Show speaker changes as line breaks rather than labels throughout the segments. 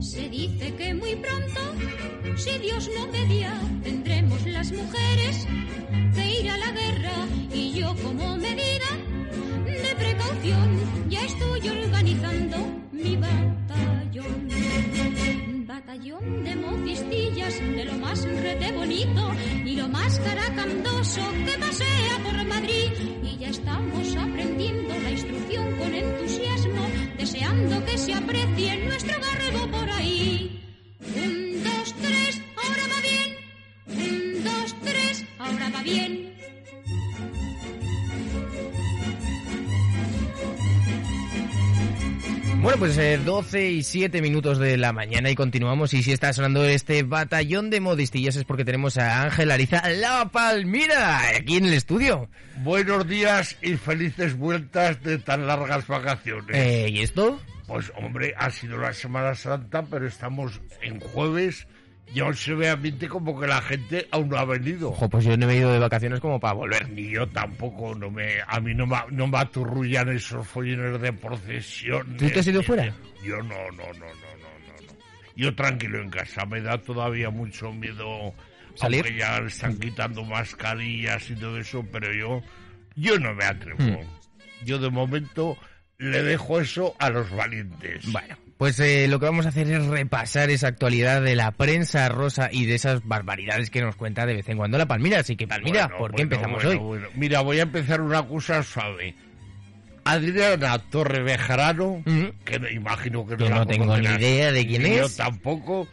Se dice que muy pronto, si Dios no media, tendremos las mujeres que ir a la guerra. Y yo como medida de precaución ya estoy organizando mi batallón. Batallón de mofistillas, de lo más rete bonito y lo más caracandoso que pasea por Madrid. Y ya estamos aprendiendo la instrucción con entusiasmo, deseando que se aprecie nuestro barrio por ahí. Un, dos, tres, ahora va bien. Un, dos, tres, ahora va bien.
Bueno, pues eh, 12 y 7 minutos de la mañana y continuamos. Y si está sonando este batallón de modistillas es porque tenemos a Ángel Ariza La Palmira aquí en el estudio.
Buenos días y felices vueltas de tan largas vacaciones.
Eh, ¿Y esto?
Pues hombre, ha sido la Semana Santa, pero estamos en jueves y aún se ve ambiente como que la gente aún no ha venido.
Ojo, pues yo no he ido de vacaciones como para volver.
Ni yo tampoco, no me, a mí no me, no me aturrullan esos follones de procesión.
¿Tú te has ido fuera?
Yo no, no, no, no, no, no. no. Yo tranquilo en casa, me da todavía mucho miedo.
¿Salir?
aunque ya están quitando mascarillas y todo eso, pero yo, yo no me atrevo.
Hmm.
Yo de momento le dejo eso a los valientes.
Bueno, pues eh, lo que vamos a hacer es repasar esa actualidad de la prensa rosa y de esas barbaridades que nos cuenta de vez en cuando la Palmira. Así que, Palmira,
Pues Bueno,
¿por qué
bueno,
empezamos
bueno,
hoy?
bueno. Mira, voy a empezar una cosa suave. Adriana Torre Bejarano,
Ujú.
que no- imagino que
Yo
la
no tengo ni
conocerás,
idea de quién
ni Yo
es.
tampoco.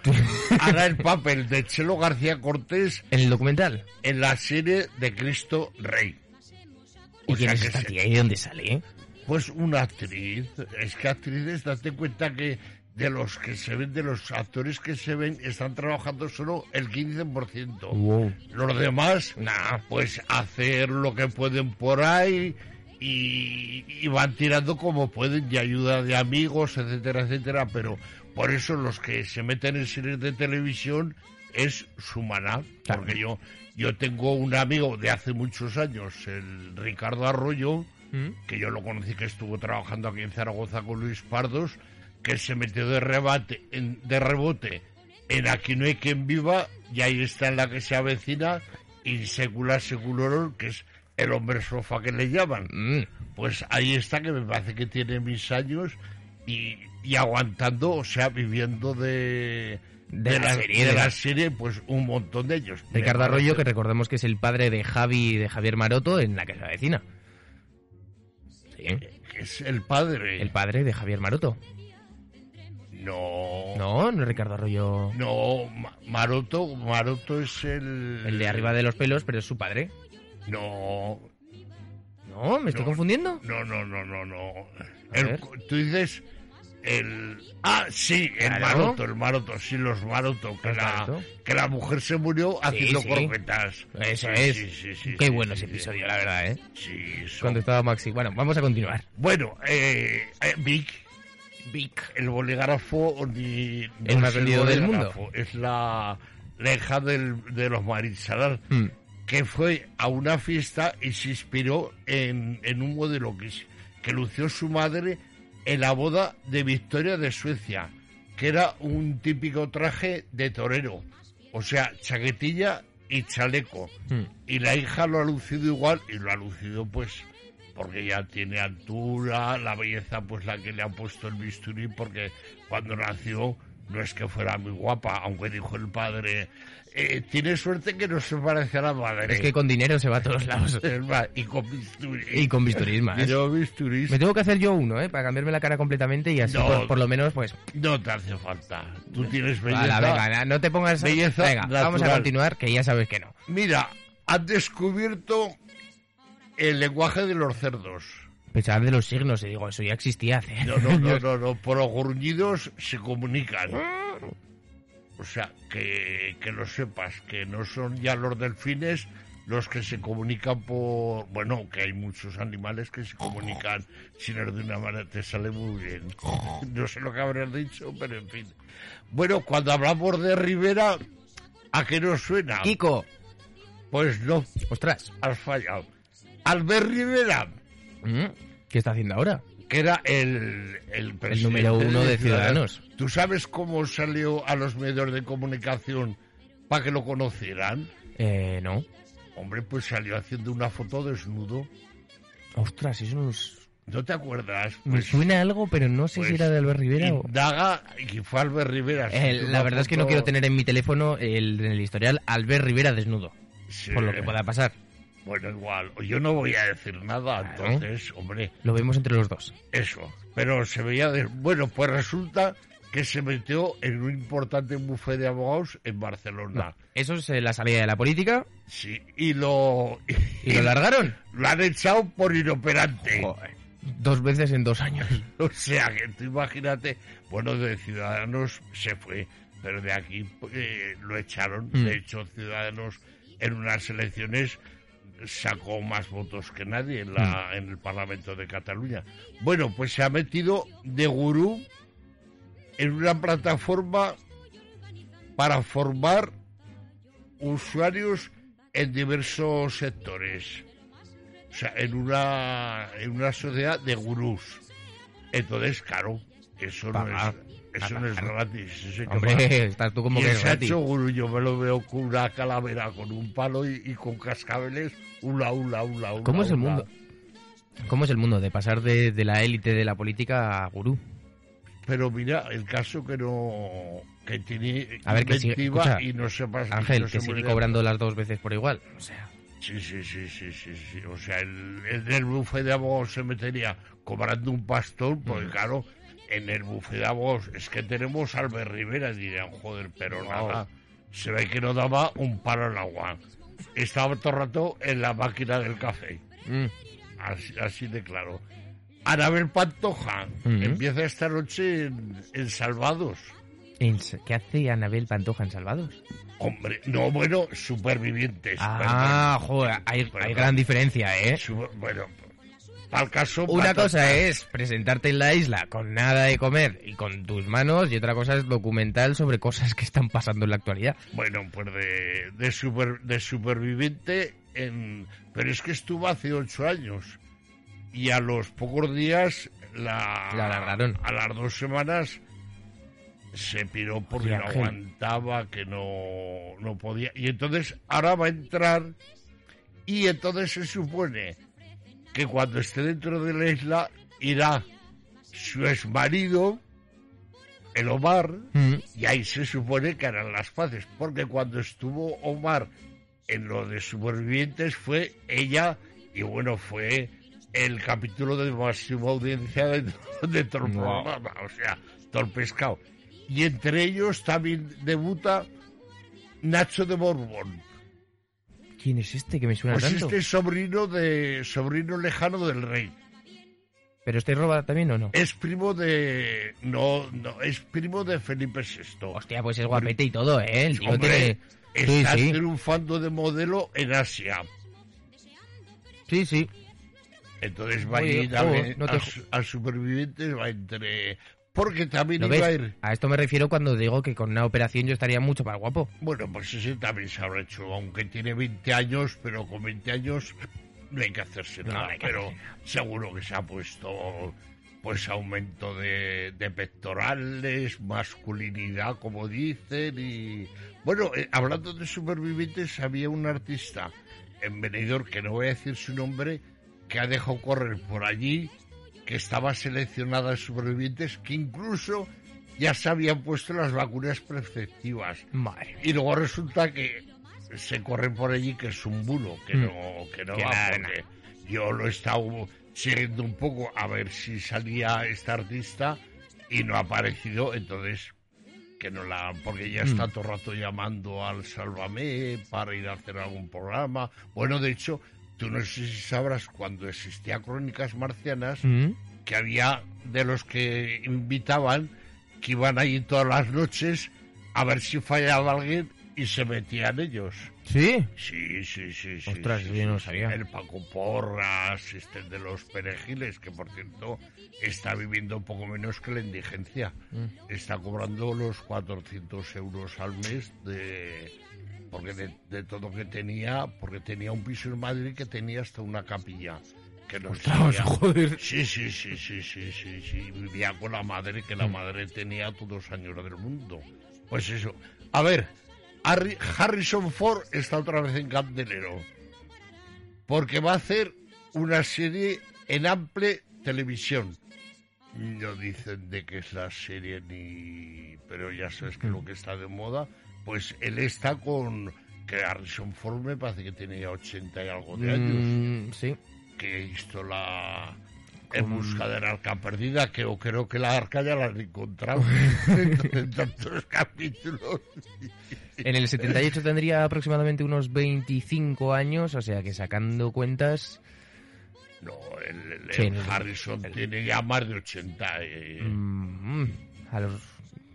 hará el papel de Chelo García Cortés
En el documental.
en la serie de Cristo Rey.
¿Y
O
quién
sea
es
que
esta
se-
tía y de dónde sale? eh?
Pues una actriz. Es que actrices, date cuenta que de los que se ven, de los actores que se ven, están trabajando solo el 15%.
Oh,
Los demás, nada, pues hacer lo que pueden por ahí y, y van tirando como pueden y ayuda de amigos, etcétera, etcétera. Pero por eso los que se meten en series de televisión es su maná.
Claro.
Porque yo, yo tengo un amigo de hace muchos años, el Ricardo Arroyo, que yo lo conocí que estuvo trabajando aquí en Zaragoza con Luis Pardos, que se metió de rebate, en- de rebote en Aquí no hay quien viva, y ahí está en la que se avecina, y Secula Seculorum, que es el hombre sofá que le llaman.
Mm.
Pues ahí está, que me parece que tiene mis años, y, y aguantando, o sea, viviendo de...
De la serie,
de
de la-
la serie, pues un montón de ellos. Me
Ricardo
parece-
Arroyo, que recordemos que es el padre de Javi de Javier Maroto en la casa vecina. Sí,
que es el padre.
el padre de Javier Maroto.
No.
No, no es Ricardo Arroyo
No, Ma- Maroto, Maroto es el...
el de arriba de los pelos, pero es su padre.
No,
No, me estoy
No.
confundiendo.
no, no, no, no, no.
A
El-
ver.
tú dices el... Ah, sí, el
Claro.
Maroto, el Maroto, sí, los Maroto, que,
Los
la,
Maroto.
que la mujer se murió haciendo
sí.
croquetas.
Eso
Sí,
es.
sí, sí, sí,
Qué
sí,
bueno
sí,
ese
sí.
episodio, la verdad, ¿eh?
Sí, son-
Cuando estaba Maxi. Bueno, vamos a continuar.
Bueno, eh, eh, Vic,
Vic.
el bolígrafo ni...
El
no
más
es
vendido del
bolígrafo, Es la, la hija del- de los Marinsalar.
Mm.
que fue a una fiesta y se inspiró en, en un modelo que, s- que lució su madre en la boda de Victoria de Suecia, que era un típico traje de torero, o sea, chaquetilla y chaleco.
Mm.
Y la hija lo ha lucido igual y lo ha lucido pues porque ya tiene altura, la belleza pues la que le ha puesto el bisturí porque cuando nació no es que fuera muy guapa, aunque dijo el padre, eh, tiene suerte que no se parece a la madre.
Es que con dinero se va a todos lados.
Es más, y con bisturí.
Y con bisturí más.
Y yo bisturí.
Me tengo que hacer yo uno, ¿eh? Para cambiarme la cara completamente y así,
No.
por, por lo menos, pues...
No te hace falta. Tú tienes belleza.
Ala, venga, na- no te pongas...
Belleza
venga, vamos a
natural.
continuar, que ya sabes que no.
Mira, han descubierto el lenguaje de los cerdos.
Pensaba de los signos y digo, eso ya existía hace...
No, no, no, no, no. Por los gruñidos se comunican. O sea, que, que lo sepas, que no son ya los delfines los que se comunican por... Bueno, que hay muchos animales que se comunican sin de una manera, te sale muy bien. No sé lo que habrás dicho, pero en fin. Bueno, cuando hablamos de Rivera, ¿a qué nos suena?
Kiko,
Pues no,
ostras,
has fallado. Albert Rivera,
¿Mm? ¿qué está haciendo ahora?
que era el, el presidente
número uno de Ciudadanos.
¿Tú sabes cómo salió a los medios de comunicación para que lo conocieran?
Eh, no.
Hombre, pues salió haciendo una foto desnudo.
Ostras, eso nos...
¿No te acuerdas?
Me
Pues
suena algo, pero no sé si
pues,
era de Albert Rivera o...
Indaga y fue Albert Rivera.
Eh,
Hizo
la
una
verdad es que no
foto-
quiero tener en mi teléfono el, en el historial Albert Rivera desnudo,
Sí.
por lo que pueda pasar.
Bueno, igual. Yo no voy a decir nada,
Claro.
entonces, hombre,
Lo vemos entre los dos.
eso. Pero se veía... De... Bueno, pues resulta que se metió en un importante bufete de abogados en Barcelona.
Eso es eh, la salida de la política
Sí, y lo,
y lo largaron.
lo han echado por inoperante.
Joder, Dos veces en dos años.
O sea, que tú imagínate, bueno, de Ciudadanos se fue, pero de aquí eh, lo echaron.
Mm.
De hecho, Ciudadanos en unas elecciones sacó más votos que nadie en, la-
Mm.
en el Parlamento de Cataluña. Bueno, pues se ha metido de gurú en una plataforma para formar usuarios en diversos sectores. O sea, en una, en una sociedad de gurús. Entonces, claro, eso no
Pagar,
es, eso no es gratis. sí, señor.
Hombre, estás tú como
y
que
el
es gratis.
Sancho Gurú, yo me lo veo con una calavera, con un palo y, y con cascabeles, ula, ula, ula, ula.
¿Cómo es el
ula.
mundo? ¿Cómo es el mundo de pasar de, de la élite de la política a gurú?
Pero mira, el caso que no... que tiene
A ver, que sigue-
inventiva
escucha,
y no se pasa...
Ángel,
no se
que sigue
muere de-
cobrando las dos veces por igual. O sea,
Sí, sí, sí, sí, sí, sí. O sea, el, el del bufete de abogados se metería cobrando un pastor,
Mm.
porque claro, en el bufete de abogados es que tenemos a Albert Rivera, y dirían, joder, pero nada. Se ve que no daba un palo al agua. Estaba todo el rato en la máquina del café.
mm,
Así, así de claro. Anabel Pantoja
Ujú.
empieza esta noche en, en Salvados.
¿en se- ¿Qué hace Anabel Pantoja en Salvados?
Hombre, no, bueno, supervivientes.
Ah, joder, hay,
Perdón.
hay gran diferencia, ¿eh?
perdón. Super- bueno, tal caso.
Una
patata.
cosa es presentarte en la isla con nada de comer y con tus manos, y otra cosa es documental sobre cosas que están pasando en la actualidad.
Bueno, pues de, de, super- de superviviente, en, pero es que estuvo hace ocho años y a los pocos días la,
La largaron.
A las dos semanas se piró porque
Oye,
no
Ángel.
aguantaba, que no, no podía. Y entonces ahora va a entrar y entonces se supone que cuando esté dentro de la isla irá su exmarido, el Omar,
Mm.
y ahí se supone que harán las paces, porque cuando estuvo Omar en lo de supervivientes fue ella, y bueno, fue el capítulo de máxima audiencia de, de todo el
Wow.
programa, o sea, todo el pescado. Y entre ellos también debuta Nacho de Borbón,
¿Quién es este que me suena
pues
tanto?
este sobrino de sobrino lejano del rey.
¿Pero este roba también o no?
Es primo de no, no es primo de Felipe VI.
Hostia, pues es guapete y todo, ¿eh? El tío
Hombre,
tiene... Sí,
está
sí,
triunfando de modelo en Asia.
sí, sí.
Entonces va a
Oye,
ir a,
oh,
ver
no te ju-
a su- a supervivientes, va entre... Porque también
¿Lo
iba a
ves?
ir...
A esto me refiero cuando digo que con una operación yo estaría mucho más guapo.
Bueno, pues ese también se habrá hecho, aunque tiene 20 años, pero con 20 años no hay que hacerse
No,
nada.
no hay que
pero
hacerse
seguro que se ha puesto pues aumento de, de pectorales, masculinidad, como dicen. Y bueno, eh, hablando de supervivientes, había un artista en Benidorm, que no voy a decir su nombre, que ha dejado correr por allí, que estaba seleccionada de supervivientes, que incluso ya se habían puesto las vacunas preceptivas.
Madre mía.
Y luego resulta que se corren por allí que es un bulo, que
Mm.
no, que no
Que
va,
nada,
porque yo lo he estado siguiendo un poco a ver si salía esta artista y no ha aparecido, entonces que no la porque ya
Mm.
está todo el rato llamando al Sálvame para ir a hacer algún programa. Bueno, de hecho, tú no sé si sabrás cuando existía Crónicas Marcianas
Mm.
que había de los que invitaban que iban allí todas las noches a ver si fallaba alguien y se metían ellos.
Sí.
Sí, sí, sí. sí
Ostras,
sí,
yo
sí,
no lo
sí.
sabía.
El Paco Porras, este de los perejiles, que por cierto está viviendo poco menos que la indigencia.
Mm.
Está cobrando los 400 euros al mes de. Porque de, de todo que tenía, porque tenía un piso en Madrid que tenía hasta una capilla. Que no
Ostras,
sabía.
joder.
Sí, sí, sí, sí, sí, sí, sí. Vivía con la madre, que la madre tenía todos los años del mundo. Pues eso. A ver, Harry- Harrison Ford está otra vez en Candelero. Porque va a hacer una serie en Ample Televisión. No dicen de qué es la serie ni... Pero ya sabes que lo que está de moda, pues él está con... Que Harrison Ford me parece que tenía 80 y algo de años
Mm, sí.
que hizo la en busca del arca perdida, que yo creo que la arca ya la han encontrado en tantos capítulos.
En el 78 tendría aproximadamente unos 25 años, o sea que sacando cuentas.
No, el, el-
Sí,
el
no,
Harrison tiene ya más de 80. eh.
mm, a los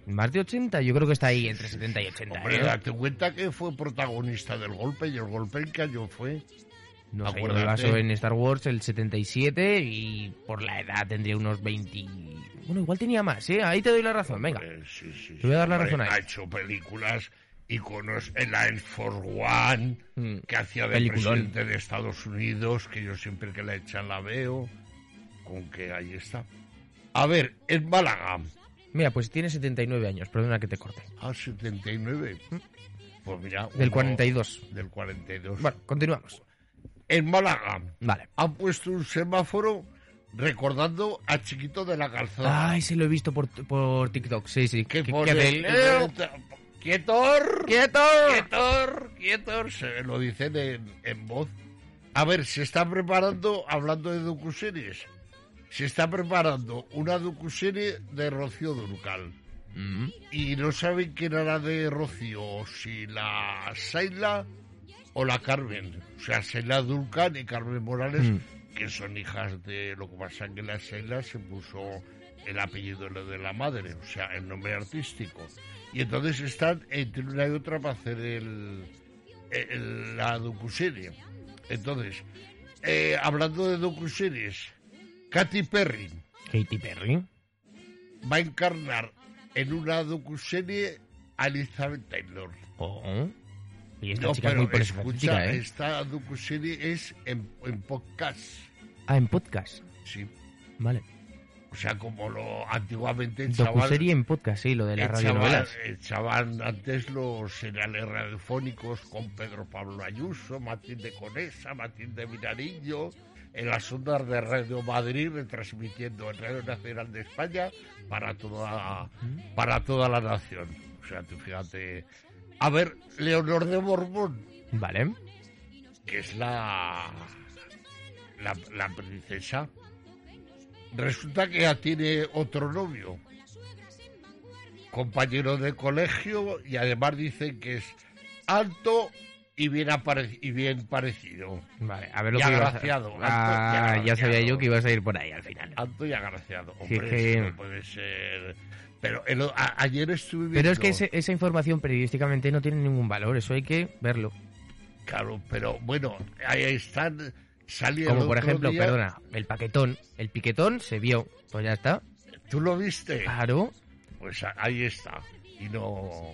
más de 80, yo creo que está ahí entre 70 y 80.
Hombre,
¿eh?
date cuenta que fue protagonista del golpe y el golpe en que año
No
fue.
sé, yo me
acuérdate.
baso en Star Wars el 77 y por la edad tendría unos 20. Bueno, igual tenía más, ¿eh? Ahí te doy la razón, venga.
Eh, sí, sí,
Te voy a dar la
hombre,
razón ahí.
Ha hecho películas iconos en la Air Force One,
Mm.
que hacía de
Peliculón.
presidente de Estados Unidos, que yo siempre que la echan la veo, con que ahí está. A ver, en Málaga,
Mira, pues tiene 79 años, perdona que te corte.
a 79. Pues mira,
Del
uno
42.
Del 42.
Bueno, continuamos.
En Málaga,
Vale.
han puesto un semáforo recordando a Chiquito de la Calzada.
Ay, sí, lo he visto por, por TikTok. Sí, sí.
que
¿Qué-
pone,
qué hace?
eh, ¡Quietor!
¡Quieto!
Quietor, quietor, se lo dicen en, en voz. A ver, se está preparando, hablando de docuseries, se está preparando una docuserie de Rocío Durcal.
Mm.
Y no saben quién hará de Rocío, si la Saila o la Carmen. O sea, Saila Durcal y Carmen Morales, que son hijas de lo que pasa es que la Saila se puso el apellido de la madre, o sea, el nombre artístico. Y entonces están entre una y otra para hacer el, el- la docuserie. Entonces, eh, hablando de docuseries, Katy Perry
Katy Perry.
va a encarnar en una docuserie a Elizabeth Taylor.
Oh. Y esta
No,
chica es
pero
muy polifacética,
escucha,
¿eh?
esta docuserie es en, en podcast,
Ah, en podcast.
sí.
Vale.
O sea, como lo antiguamente el chaval-
Docuserie en podcast, sí, lo de las
Echaban,
radionovelas.
echaban antes los seriales radiofónicos con Pedro Pablo Ayuso, Matilde Conesa, Matilde Miralillo, en las ondas de Radio Madrid, retransmitiendo en Radio Nacional de España para toda,
Mm.
para toda la nación. O sea, tú fíjate. A ver, Leonor de Borbón,
Vale.
que es la, la, la princesa, resulta que ya tiene otro novio, compañero de colegio, y además dicen que es alto y bien, apare- y bien parecido.
Vale, a ver lo
Y
que ibas a-
agraciado, gato, y
Ah, ya
agraciado.
sabía yo que ibas a ir por ahí al final.
Alto y agraciado.
Sí,
Hombre,
es que-
eso no puede ser. Pero el o- a- ayer estuve viendo.
Pero es que ese- esa información periodísticamente no tiene ningún valor, eso hay que verlo.
Claro, pero bueno, ahí están. saliendo
Como por ejemplo, perdona, el paquetón. El piquetón se vio, pues ya está.
¿Tú lo viste?
Claro.
Pues a- ahí está. Y no.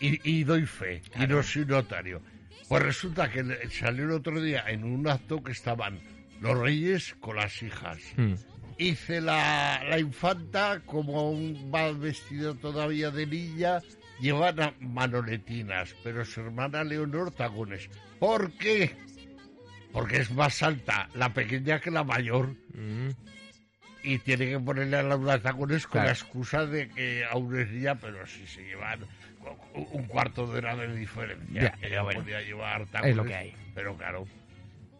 Y, y doy fe. Y no soy notario. Pues resulta que le- salió el otro día en un acto que estaban los reyes con las hijas.
Mm.
Hice la, la infanta como aún va vestida todavía de niña. Llevan a- manoletinas, pero su hermana Leonor tacones. ¿Por qué? Porque es más alta la pequeña que la mayor
Mm.
y y tiene que ponerle a Laura tacones con
Claro.
la excusa de que aún es niña, pero si se llevan u- un cuarto de hora de diferencia,
Ya,
ella
bueno.
podía llevar tacones.
Es lo que hay.
Pero claro,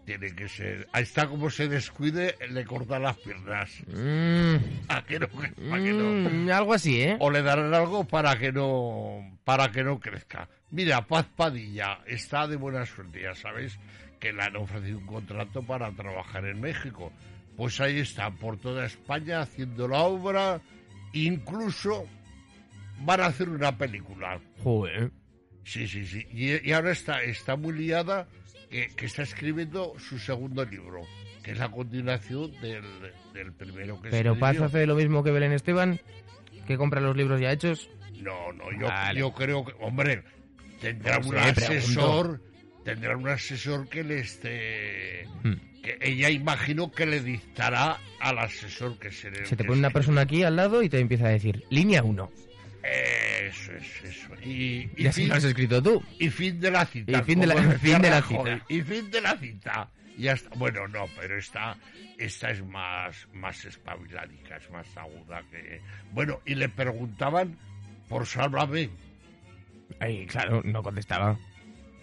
tiene que ser. Ahí está como se descuide, le corta las piernas.
Mm,
¿A que no? ¿A que no?
mm, algo así, ¿eh?
o le darán algo para que no para que no crezca. Mira, Paz Padilla está de buena suerte, ya sabéis que le han ofrecido un contrato para trabajar en México. Pues ahí está, por toda España haciendo la obra, incluso van a hacer una película.
Joder.
Sí, sí, sí. Y, y ahora está, está muy liada eh, que, que está escribiendo su segundo libro, que es la continuación del, del primero que
Pero Paz
escribió.
hace lo mismo que Belén Esteban, que compra los libros ya hechos.
No, no, yo,
Vale.
yo creo que, hombre, tendrá
No
un
sé, pregunto.
asesor, tendrá un asesor que le esté,
Hmm.
que ella imagino que le dictará al asesor que se le...
Se te
que
pone una
se-
persona aquí al lado y te empieza a decir, línea 1.
Eso es, eso. Y, y
Y así
fin,
lo has escrito tú.
y fin de la cita.
Y fin de la-
como decía
fin de la
Rajoy,
cita.
Y fin de la cita. Ya está. Bueno, no, pero esta, esta es más, más espabiladica, es más aguda que... Bueno, y le preguntaban por Sálvame.
Ay, claro, no contestaba.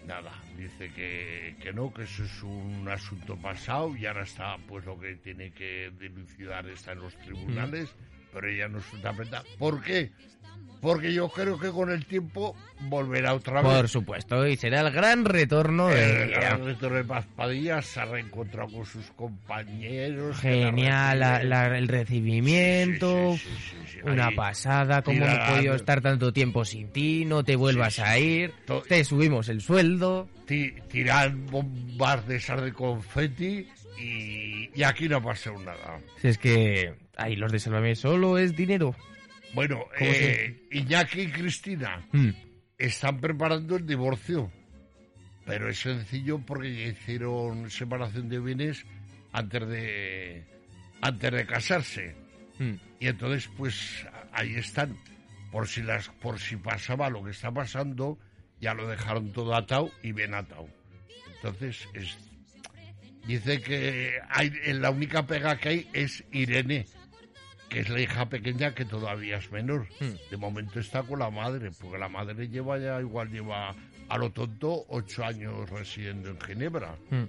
Nada, dice que, que no, que eso es un asunto pasado y ahora está pues lo que tiene que dilucidar está en los tribunales, pero ella no es una prenda. ¿Por qué? Porque yo creo que con el tiempo volverá otra
Por
vez.
supuesto, y será el gran retorno de...
El gran reto de Paz Padilla se ha reencontrado con sus compañeros. que la
Genial, la-
reciben.
la- el recibimiento,
Sí, sí, sí, sí, sí, sí.
una
Ahí,
pasada, cómo no he
Tira-
podido estar tanto tiempo sin ti, no te vuelvas
sí,
a ir,
To-
te subimos el sueldo.
ti- Tirar bombas de sal de confeti y, y aquí no ha pasado nada.
Si es que, ahí los de Sálvame solo es dinero.
Bueno,
¿Cómo
eh, Iñaki y Cristina
Mm,
están preparando el divorcio, pero es sencillo porque ya hicieron separación de bienes antes de antes de casarse
mm.
y entonces pues ahí están por si las por si pasaba lo que está pasando ya lo dejaron todo atado y bien atado. Entonces es- dice que hay, la única pega que hay es Irene que es la hija pequeña que todavía es menor.
Hmm.
De momento está con la madre, porque la madre lleva ya, igual lleva a lo tonto, ocho años residiendo en Ginebra.
Hmm.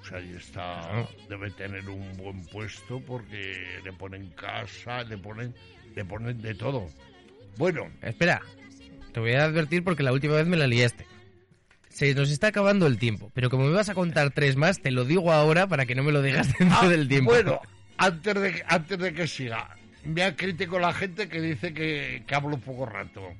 O sea, ahí está,
Claro.
debe tener un buen puesto porque le ponen casa, le ponen, le ponen de todo. Bueno,
Espera, te voy a advertir porque la última vez me la liaste. Se nos está acabando el tiempo, pero como me vas a contar tres más, te lo digo ahora para que no me lo digas dentro
Ah,
del tiempo.
Bueno, antes de, que- antes de que siga, me ha crítico la gente que dice que, que hablo poco rato.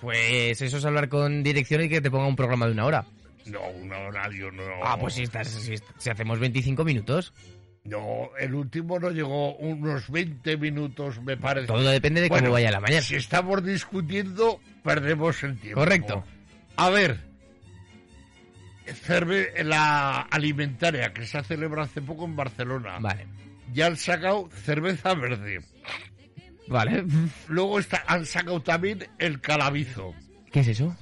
Pues eso es hablar con dirección y que te ponga un programa de una hora.
No, una hora yo no.
Ah, pues si, estás, si, si hacemos 25 minutos,
No, el último no llegó unos 20 minutos, me parece.
todo depende de cómo
Bueno,
vaya la mañana.
Si estamos discutiendo, perdemos el tiempo.
Correcto.
A ver, cerve- la alimentaria que se ha celebrado hace poco en Barcelona.
Vale,
Ya han sacado cerveza verde.
vale.
Luego está, han sacado también el calabizo.
¿Qué es eso?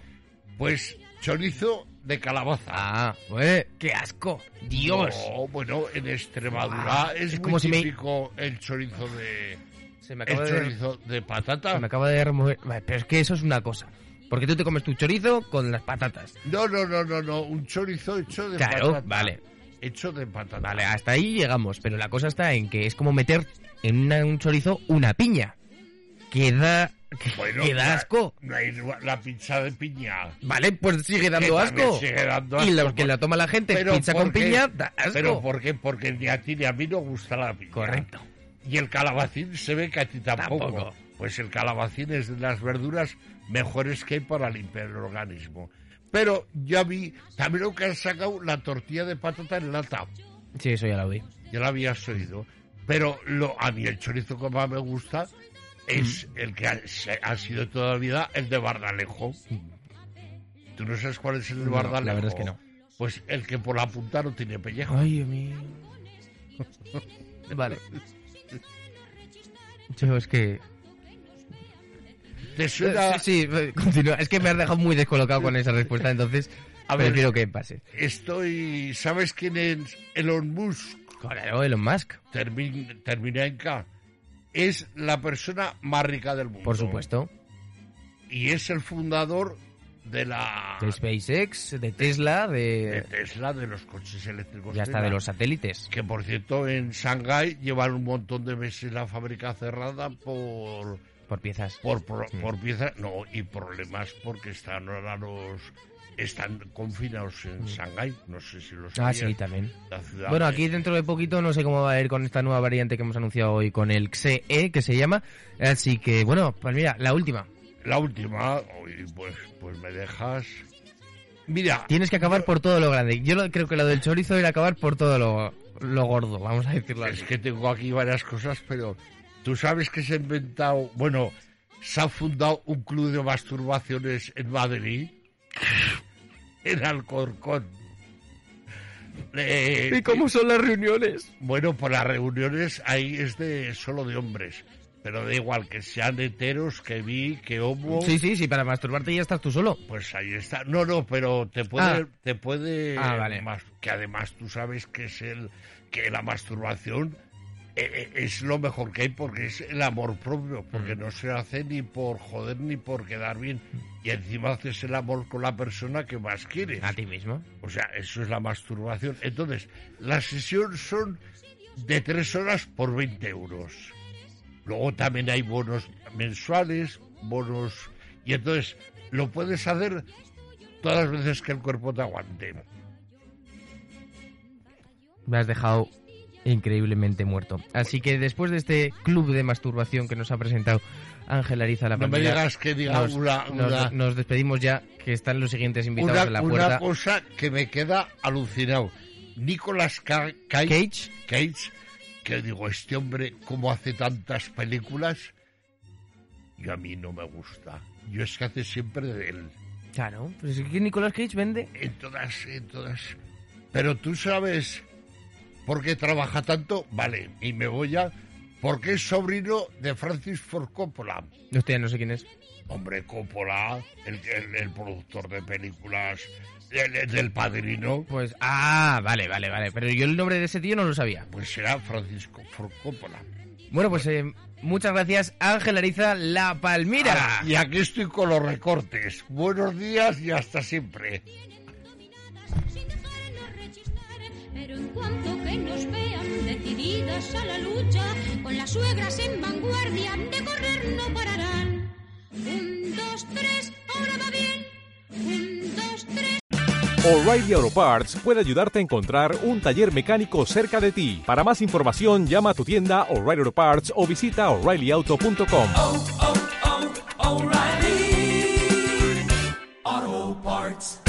Pues chorizo de calabaza.
Ah, pues, qué asco. Dios.
No, bueno, en Extremadura
Ah, es
es, muy
como si me-
típico el chorizo de
Se me
el
acaba de,
chorizo de patata.
se me acaba de remover. Vale, pero es que eso es una cosa. Porque tú te comes tu chorizo con las patatas.
No, no, no, no, no, un chorizo hecho de
Claro,
patata.
vale.
Hecho de patata.
Vale, ah, hasta ahí llegamos, pero la cosa está en que es como meter en una- un chorizo una piña. Queda,
Bueno,
queda
la-
asco.
La, la pizza de piña.
Vale, pues sigue dando
Que también
asco.
sigue dando
Y
asco,
los que la toma la gente,
Pero
pizza con
¿por qué?
piña, da asco.
Pero ¿por qué? Porque ni a ti ni a mí no gusta la piña.
Correcto.
Y el calabacín se ve que a ti tampoco.
Tampoco.
Pues el calabacín es de las verduras mejores que hay para limpiar el organismo. Pero ya vi, también lo que han sacado la tortilla de patata en lata.
Sí, eso ya lo vi.
ya la habías oído, pero lo, a mí el chorizo que más me gusta es
Mm.
el que ha, se- ha sido toda la vida el de Bardalejo. ¿Tú no sabes cuál es el de
No, la
Bardalejo?
verdad es que no.
Pues el que por la punta no tiene pellejo.
Ay, Dios mío. Vale. Yo es que... eh,
¿Te suena?
Ah. Sí, sí, continúa. Es que me has dejado muy descolocado con esa respuesta, entonces
A ver.
prefiero que pase.
Estoy... ¿Sabes quién es Elon Musk?
Claro, Elon Musk,
Termin- termina en K. Es la persona más rica del mundo.
por supuesto.
Y es el fundador de la
De SpaceX, de Tesla,
de
de...
Tesla, de los coches eléctricos.
Y hasta
Tesla.
de los satélites.
Que por cierto, en Shanghái llevan un montón de meses la fábrica cerrada por
Por piezas.
por, por,
Sí.
por piezas. No, y problemas porque están ahora los. Están confinados en Shanghái. No sé si los.
Mm. Ah, sí, también.
La ciudad
Bueno,
de-
aquí dentro de poquito no sé cómo va a ir con esta nueva variante que hemos anunciado hoy, con el XE, que se llama. Así que, bueno, pues mira, la última.
La última, uy, pues, pues me dejas. Mira,
Tienes que acabar por todo lo grande. Yo lo- creo que lo del chorizo era acabar por todo lo, lo gordo, vamos a decirlo
es
así.
que tengo aquí varias cosas, pero tú sabes que se ha inventado. Bueno, se ha fundado un club de masturbaciones en Madrid, en Alcorcón. Eh,
son las reuniones?
Bueno, por las reuniones ahí es de solo de hombres. Pero da igual que sean heteros, que vi, que homo.
Sí, sí, sí, para masturbarte ya estás tú solo.
Pues ahí está. No, no, pero te puede,
Ah.
te puede,
Ah, vale.
mas- que además tú sabes que es el, que la masturbación eh, eh, es lo mejor que hay porque es el amor propio,
Mm.
porque no se hace ni por joder ni por quedar bien y encima haces el amor con la persona que más quieres.
A ti mismo.
O sea, eso es la masturbación. Entonces, la sesión son de tres horas por 20 euros. Luego también hay bonos mensuales, bonos... Y entonces, lo puedes hacer todas las veces que el cuerpo te aguante.
Me has dejado increíblemente muerto. Así que después de este club de masturbación que nos ha presentado Ángel Ariza la
No me
Palmera,
digas que diga
nos,
una,
nos-
una,
nos despedimos ya, que están los siguientes invitados
una-
en la
una
puerta.
cosa que me queda alucinado. Nicolas Ca- Cage,
Cage,
Cage, que digo, este hombre, ¿cómo hace tantas películas? Y a mí no me gusta. Yo es que hace siempre de él.
claro, pues es que Nicolas Cage vende.
En todas, en todas. Pero tú sabes por qué trabaja tanto, vale, y me voy a... Porque es sobrino de Francis Ford Coppola.
Hostia, no sé quién es.
Hombre, Coppola, el, el- el productor de películas el- el del padrino,
Pues, ah, vale, vale, vale. Pero yo el nombre de ese tío no lo sabía.
pues será Francisco Ford Coppola.
Bueno, pues eh, muchas gracias, Ángel Ariza La Palmira.
Ah, Y aquí estoy con los recortes. Buenos días y hasta siempre.
sin dejarnos rechistar. Pero en cuanto que nos vean decididas a la lucha, con las suegras en vanguardia, de correr no pararán. Un, dos, tres, ahora va bien. Un, dos, tres.
O'Reilly Auto Parts puede ayudarte a encontrar un taller mecánico cerca de ti. Para más información, llama a tu tienda O'Reilly Auto Parts o visita oreillyauto.com.
Oh, oh, oh, O'Reilly. Auto Parts.